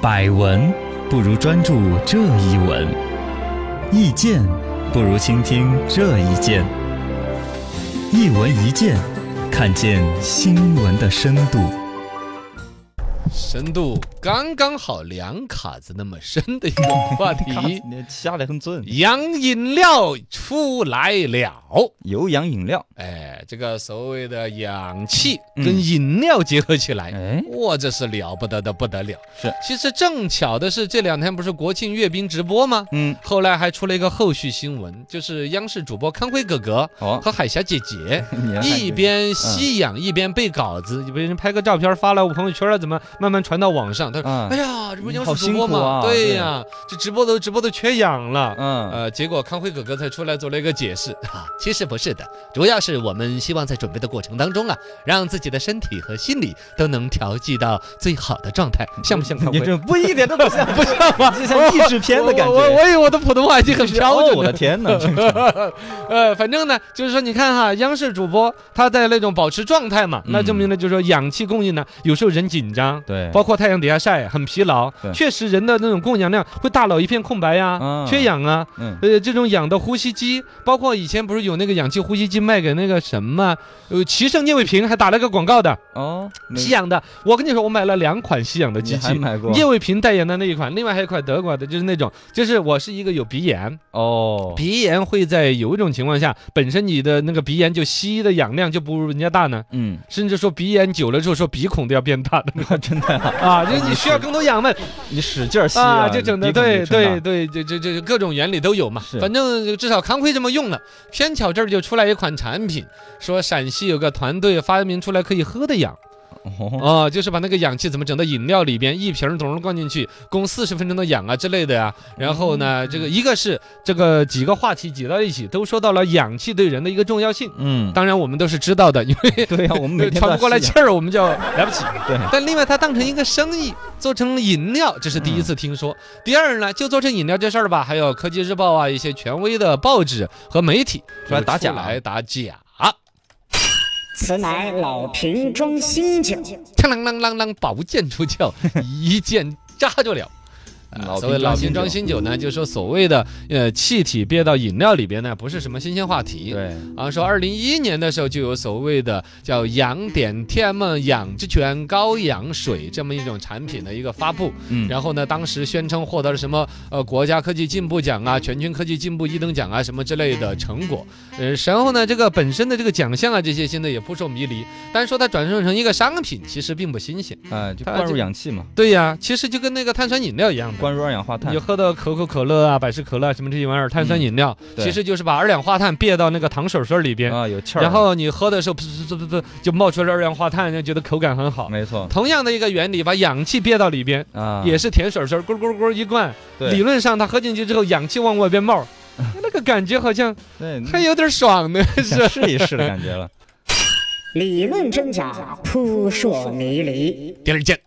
百闻不如专注这一闻，意见不如倾听这一见。一闻一见，看见新闻的深度。深度刚刚好两卡子那么深的一个话 题。你下得很准。洋饮料出来了，有氧饮料，哎，这个所谓的氧气跟饮料结合起来，哎，哇，这是了不得的不得了。是，其实正巧的是，这两天不是国庆阅兵直播吗？嗯，后来还出了一个后续新闻，就是央视主播康辉哥哥哦，和海霞姐姐嗯你还一边吸氧一边背稿子，有人拍个照片发了朋友圈了，怎么慢慢传到网上？他说：“啊嗯哎呀，这不是央视好主播辛苦吗？啊对对呀、这直播都直播都缺氧了。”嗯，呃，结果康辉哥哥才出来做了一个解释啊，其实不是的，主要是我们希望在准备的过程当中啊，让自己的身体和心理都能调剂到最好的状态，像不像康你辉？这不一点都不像，不像吧？就像励志片的感觉。我我我以为我的普通话已经很标哦准我了的。天哪！真的呃，反正呢，就是说，你看哈，央视主播他在那种保持状态嘛，那证明了就是说氧气供应呢，有时候人紧张，对，包括太阳底下晒很疲劳，对确实人的那种供氧量会大脑一片空白呀、啊缺氧啊，嗯，呃，这种氧的呼吸机，包括以前不是有那个氧气呼吸机卖给那个什么，呃，奇胜聂卫平还打了个广告的哦，那吸氧的，我跟你说，我买了两款吸氧的你机还器。买过聂卫平代言的那一款，另外还有一款德国的，就是那种，就是我是一个有鼻炎，哦，鼻炎会在有一种情况下，本身你的那个鼻炎就吸的氧量就不如人家大呢，嗯，甚至说鼻炎久了之后，说鼻孔都要变大的真的 啊，啊，就是你需要更多氧嘛你使劲儿吸啊，就整的你鼻孔对就撑对大，对，这这这各种原理都有嘛是。反正至少康辉这么用了，偏巧这儿就出来一款产品，说陕西有个团队发明出来可以喝的氧哦，啊，就是把那个氧气怎么整到饮料里边，一瓶儿总是灌进去，供四十分钟的氧啊之类的呀、然后嗯呢，这个一个是这个几个话题挤到一起，都说到了氧气对人的一个重要性。嗯，当然，我们都是知道的，因为对呀，啊我们每天喘不过来气气，儿，我们就来不起。对， 但另外，它当成一个生意，做成饮料，这是第一次听说。第二呢，就做成饮料这事儿吧，还有科技日报啊，一些权威的报纸和媒体出来打假啊来打假。此乃老瓶装新酒，嘡啷啷啷啷，宝剑出鞘，一剑扎着 了。啊老所谓老瓶瓶装装新酒呢，就是说所谓的呃气体憋到饮料里边呢，不是什么新鲜话题。对，啊，说二零一一年的时候就有所谓的叫“氧碘 TM 氧之泉高氧水”这么一种产品的一个发布，嗯，然后呢，当时宣称获得了什么呃国家科技进步奖啊、全军科技进步一等奖啊什么之类的成果，呃，然后呢，这个本身的这个奖项啊这些现在也扑朔迷离，但是说它转生成一个商品，其实并不新鲜。哎，就它灌就入氧气嘛，对呀，其实就跟那个碳酸饮料一样的。灌入二氧化碳你，喝的可口可乐啊、百事可乐啊什么这些玩意儿，碳酸嗯饮料、对其实就是把二氧化碳憋到那个糖水水里边，啊，有气儿，然后你喝的时候，噗噗噗噗噗，就冒出来二氧化碳，就觉得口感很好。没错同样的一个原理，把氧气憋到里边，啊，也是甜水水，咕咕咕一灌。对理论上它喝进去之后，氧气往外边 冒，那个感觉好像对，还有点爽呢，是想。试一试的感觉了。理论真假扑朔迷离，第二件。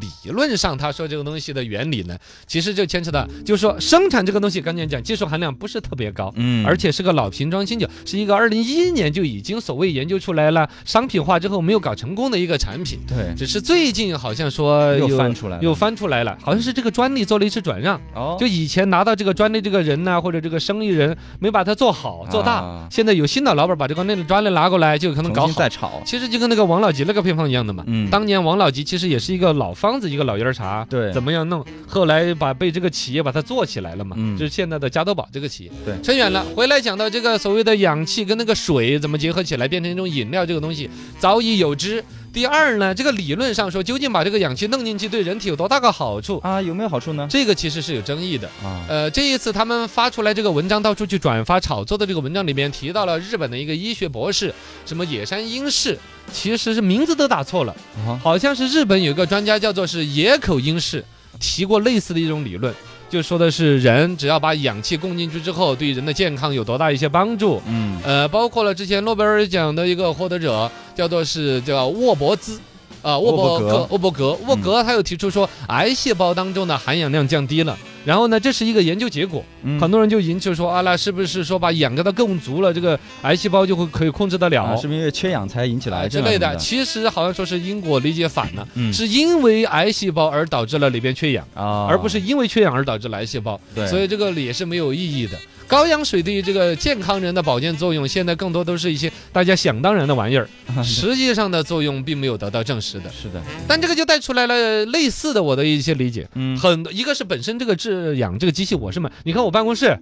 理论上，他说这个东西的原理呢，其实就牵扯到，就是说生产这个东西，刚才讲技术含量不是特别高，嗯而且是个老瓶装新酒，是一个二零一一年就已经所谓研究出来了，商品化之后没有搞成功的一个产品。对，只是最近好像说又有翻出来了又翻出来了，好像是这个专利做了一次转让，哦，就以前拿到这个专利这个人呐、或者这个生意人没把它做好做大啊，现在有新的老板把这个那个专利拿过来，就有可能重搞新好再。炒，其实就跟那个王老吉那个配方一样的嘛，嗯当年王老吉其实也是一个老方子，一个老烟儿茶，对怎么样弄？后来把被这个企业把它做起来了嘛，嗯就是现在的加多宝这个企业。对扯远了，回来讲到这个所谓的氧气跟那个水怎么结合起来变成一种饮料这个东西，早已有之。第二呢，这个理论上说，究竟把这个氧气弄进去对人体有多大个好处？啊，有没有好处呢？这个其实是有争议的。啊，呃，这一次他们发出来这个文章，到处去转发炒作的这个文章里面提到了日本的一个医学博士，什么野山英士，其实是名字都打错了，啊好像是日本有一个专家叫做是野口英士，提过类似的一种理论，就说的是人只要把氧气供进去之后，对人的健康有多大一些帮助。嗯，呃，包括了之前诺贝尔奖的一个获得者，叫做是叫沃伯兹。啊，沃伯沃伯格格，沃伯格，沃嗯格，他又提出说，癌细胞当中的含氧量降低了，然后呢，这是一个研究结果，嗯很多人就引起说啊，那是不是说把氧给它供足了，这个癌细胞就会可以控制得了？啊是不是因为缺氧才引起了癌之症啊类什的，么其实好像说是因果理解反了，嗯是因为癌细胞而导致了里边缺氧，啊，而不是因为缺氧而导致了癌细胞，对，所以这个也是没有意义的。高氧水对于这个健康人的保健作用，现在更多都是一些大家想当然的玩意 儿，实际上的作用并没有得到证实的。是的，但这个就带出来了类似的我的一些理解，嗯，很多一个是本身这个制氧这个机器我是买，你看我办公室，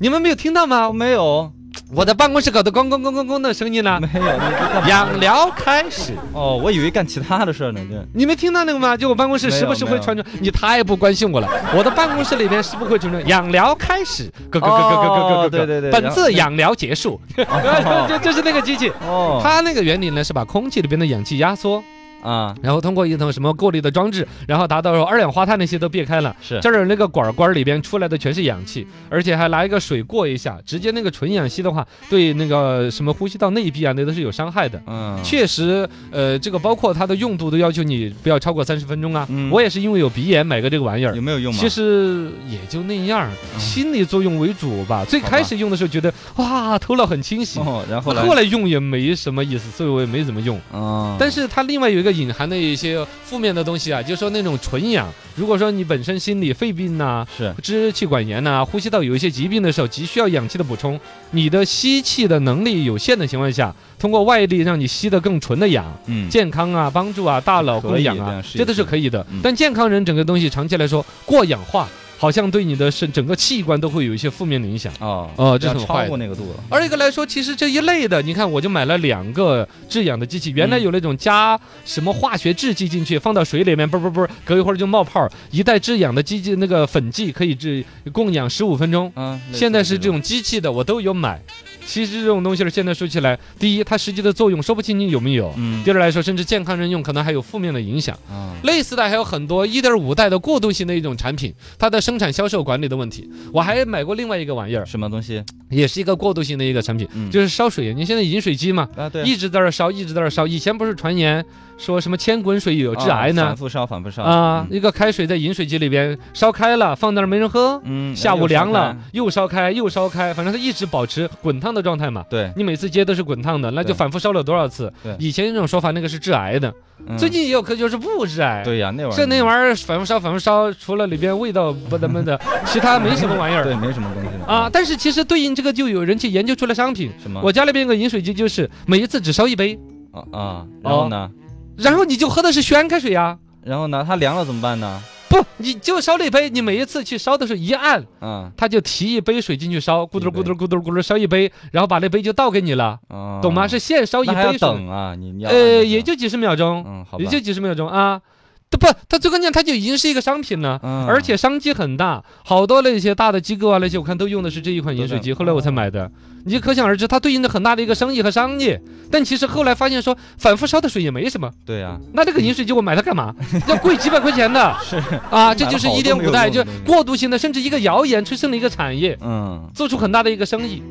你们没有听到吗？哦没有我的办公室搞得咣咣咣咣咣的声音呢。 没有，你这干嘛养疗开始，哦，我以为干其他的事儿呢，这你没听到那个吗？就我办公室时不时会传出，你太不关心我了。我的办公室里面时不会传出养疗开始，咯咯咯咯咯咯咯咯，哦对对对本次养疗结束， 哦就就是那个机器。哦，它那个原理呢是把空气里边的氧气压缩，啊然后通过一层什么过滤的装置，然后达到说二氧化碳那些都避开了。是这儿那个管管里边出来的全是氧气，而且还拿一个水过一下，直接那个纯氧吸的话，对那个什么呼吸道内壁啊，那都是有伤害的。嗯确实，呃，这个包括它的用度都要求你不要超过三十分钟啊。嗯我也是因为有鼻炎买个这个玩意儿有。没有用嘛？其实也就那样儿，嗯心理作用为主吧。最好吧开始用的时候觉得哇，头脑很清醒，哦，然后后来来用也没什么意思，所以我也没怎么用。啊，但是它另外有一个隐含的一些负面的东西啊，就是说那种纯氧，如果说你本身心理肺病呐、是支气管炎呐、呼吸道有一些疾病的时候，急需要氧气的补充，你的吸气的能力有限的情况下，通过外力让你吸得更纯的氧，嗯健康啊，帮助啊，大脑供氧可以这啊样，试一这都是试可以的嗯。但健康人整个东西长期来说过氧化，好像对你的身整个器官都会有一些负面的影响。哦哦这要是很超坏过的那个度了，而一个来说，其实这一类的，你看我就买了两个制氧的机器，嗯原来有那种加什么化学制剂进去，放到水里面，啵啵啵，隔一会儿就冒泡儿。一袋制氧的机器那个粉剂可以制供氧十五分钟。嗯，类似现在是这这种机器的，我都有买。其实这种东西儿现在说起来，第一，它实际的作用说不清你有没有；嗯第二来说，甚至健康人用可能还有负面的影响。啊类似的还有很多一点五代的过渡性的一种产品，它的生产、销售、管理的问题。我还买过另外一个玩意儿，什么东西也是一个过渡性的一个产品，嗯就是烧水。你现在饮水机嘛，啊？对啊，一直在那儿烧，一直在那儿烧。以前不是传言说什么千滚水有致啊癌反呢？复烧，反复烧嗯啊，，一个开水在饮水机里边烧开了，放那儿没人喝，嗯，嗯下午凉，然了后又烧开又烧开，反正它一直保持滚烫的状态嘛。又烧开你每次接都是滚烫的，那就嗯对反复烧了多少次对？以前那种说法，那个是致癌的，对，嗯最近也有科学说是不致癌。对呀，那玩意儿这那玩意儿反复烧，反复烧，除了里边味道不怎么 的，其他没什么玩意儿对，没什么东西的啊。，但是其实对应这个就有人去研究出了商品。什么我家里边有个饮水机，就是每一次只烧一杯，啊啊，然后呢？然后你就喝的是玄开水呀、然后呢？它凉了怎么办呢？不，你就烧那杯，你每一次去烧的时候一按，啊它就提一杯水进去烧，咕嘟咕嘟咕嘟咕嘟烧一杯，然后把那杯就倒给你了，啊，懂吗？是现烧哦一那还要杯水，等啊，你你要呃，按也那个就几十秒钟，嗯，好吧，也就几十秒钟啊。它不，它最关键，它就已经是一个商品了，嗯而且商机很大，好多那些大的机构啊，那些我看都用的是这一款饮水机，都在后来我才买的。你就可想而知，它对应的很大的一个生意和商业。但其实后来发现说，反复烧的水也没什么，对呀，那这个饮水机我买它干嘛？要贵几百块钱的嗯 是啊！这就是买了一好点多没五有代，用就的东西过渡性的，甚至一个谣言催生了一个产业，嗯，做出很大的一个生意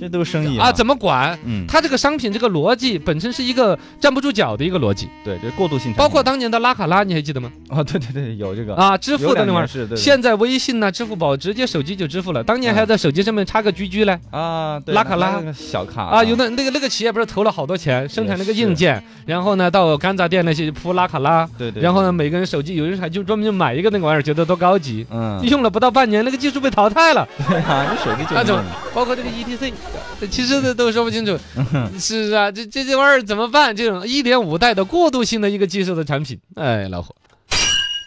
这都是生意啊！怎么管？嗯，它这个商品这个逻辑本身是一个站不住脚的一个逻辑，对，这过渡性产品，包括当年的拉卡拉，你还记得吗？啊，对对对，有这个啊，支付的那玩意儿。是，对对现在微信呐、支付宝直接手机就支付了，当年还要在手机上面插个狙狙嘞啊，对拉卡那拉那个小卡啊！有那那个那个企业不是投了好多钱生产那个也是硬件，然后呢到甘蔗店那些铺拉卡拉，对对，然后对呢每个人手机有人还就专门就买一个那个玩意儿，觉得多高级。嗯，用了不到半年，那个技术被淘汰了，对啊，这手机就那怎是么包括这个 ETC，这其实这都说不清 楚。是啊，这这这玩意儿怎么办？这种一点五代的过渡性的一个技术的产品，哎，老火。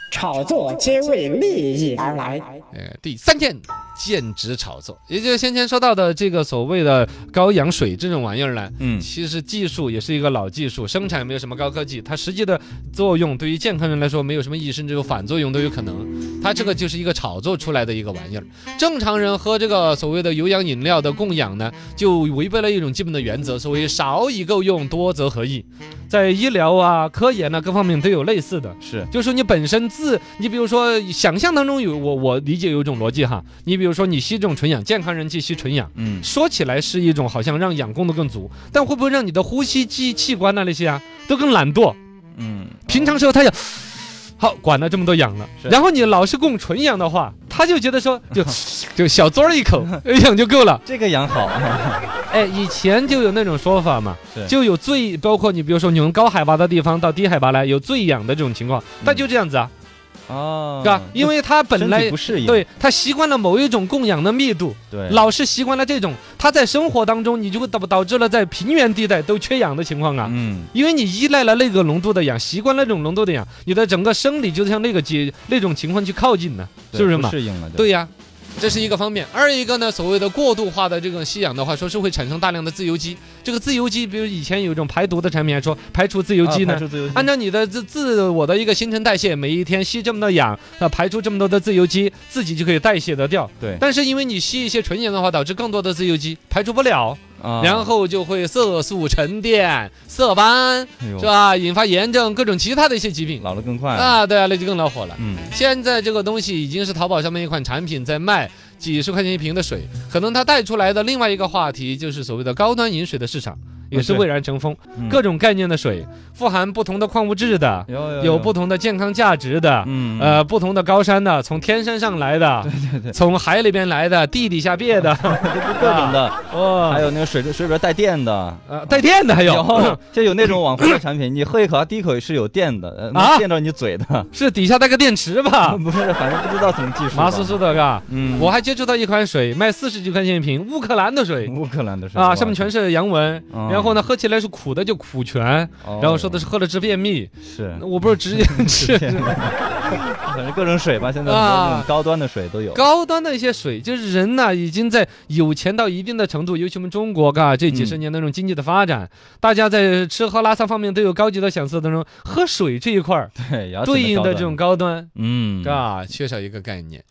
炒作皆为利益而来，呃，第三件兼职炒作，也就是先前说到的这个所谓的高氧水这种玩意儿呢，嗯其实技术也是一个老技术，生产也没有什么高科技，它实际的作用对于健康人来说没有什么意义，甚至有反作用都有可能。它这个就是一个炒作出来的一个玩意儿。正常人喝这个所谓的有氧饮料的供氧呢，就违背了一种基本的原则，所谓少以够用，多则合益，在医疗啊、科研啊各方面都有类似的。是就是说你本身自，你比如说想象当中有我我理解有一种逻辑哈，你比如说你吸这种纯氧，健康人去吸纯氧，嗯说起来是一种好像让氧供的更足，但会不会让你的呼吸机器官呐那些啊都更懒惰？嗯平常时候他想，好管了这么多氧了，是然后你老是供纯氧的话，他就觉得说， 就就小嘬儿一 口，一样就够了。这个养好，啊 哎，以前就有那种说法嘛是，就有最包括你，比如说你从高海拔的地方到低海拔来，有最氧的这种情况，他就这样子啊，哦，是吧？因为他本身体来不适应，对他习惯了某一种供氧的密度，对，老是习惯了这种，他在生活当中你就会导导致了在平原地带都缺氧的情况啊。嗯，因为你依赖了那个浓度的氧，习惯了那种浓度的氧，你的整个生理就向那个结那种情况去靠近呢，对是不是不嘛？适应了，啊对呀、这是一个方面。二一个呢，所谓的过度化的这种吸氧的话，说是会产生大量的自由基。这个自由基，比如以前有一种排毒的产品，还说排除自由基呢。啊排除自由基按照你的自自我的一个新陈代谢，每一天吸这么多氧，那排出这么多的自由基，自己就可以代谢得掉。对但是因为你吸一些纯氧的话，导致更多的自由基排除不了，啊，然后就会色素沉淀、色斑，哎呦是吧？引发炎症、各种其他的一些疾病。老了更快了，啊，对啊，那就更恼火了。嗯，现在这个东西已经是淘宝上面一款产品在卖，几十块钱一瓶的水，可能它带出来的另外一个话题就是所谓的高端饮水的市场，也是对蔚然成风，嗯各种概念的水，富含不同的矿物质的，有有有不同的健康价值的。嗯呃，不同的高山的，从天山上来的， 对对从海里边来的，地底下憋的， 各种的，还哦，有那个水水里边带电的。呃，带电的还有，就有那种网红的产品，你喝一口，它第一口是有电的，呃啊能电到你嘴的。 是底下带个电池 吧？不是，反正不知道什么技术吧。麻酥酥的，嘎。嗯，我还接触到一款水，卖四十几块钱一瓶，乌克兰的水，乌克兰的嗯是啊，上面全是洋文，哦然后呢，喝起来是苦的，就苦泉，哦嗯然后说的是喝了治便秘，是，我不是直接 吃天哪反正各种水吧，现在很啊多那种高端的水都有。高端的一些水，就是人呐、已经在有钱到一定的程度，尤其我们中国，嘎，这几嗯十年那种经济的发展，大家在吃喝拉撒方面都有高级的享受当中，喝水这一块儿 对，也要对应的这高端种高端，啊嗯，嘎，缺少一个概念。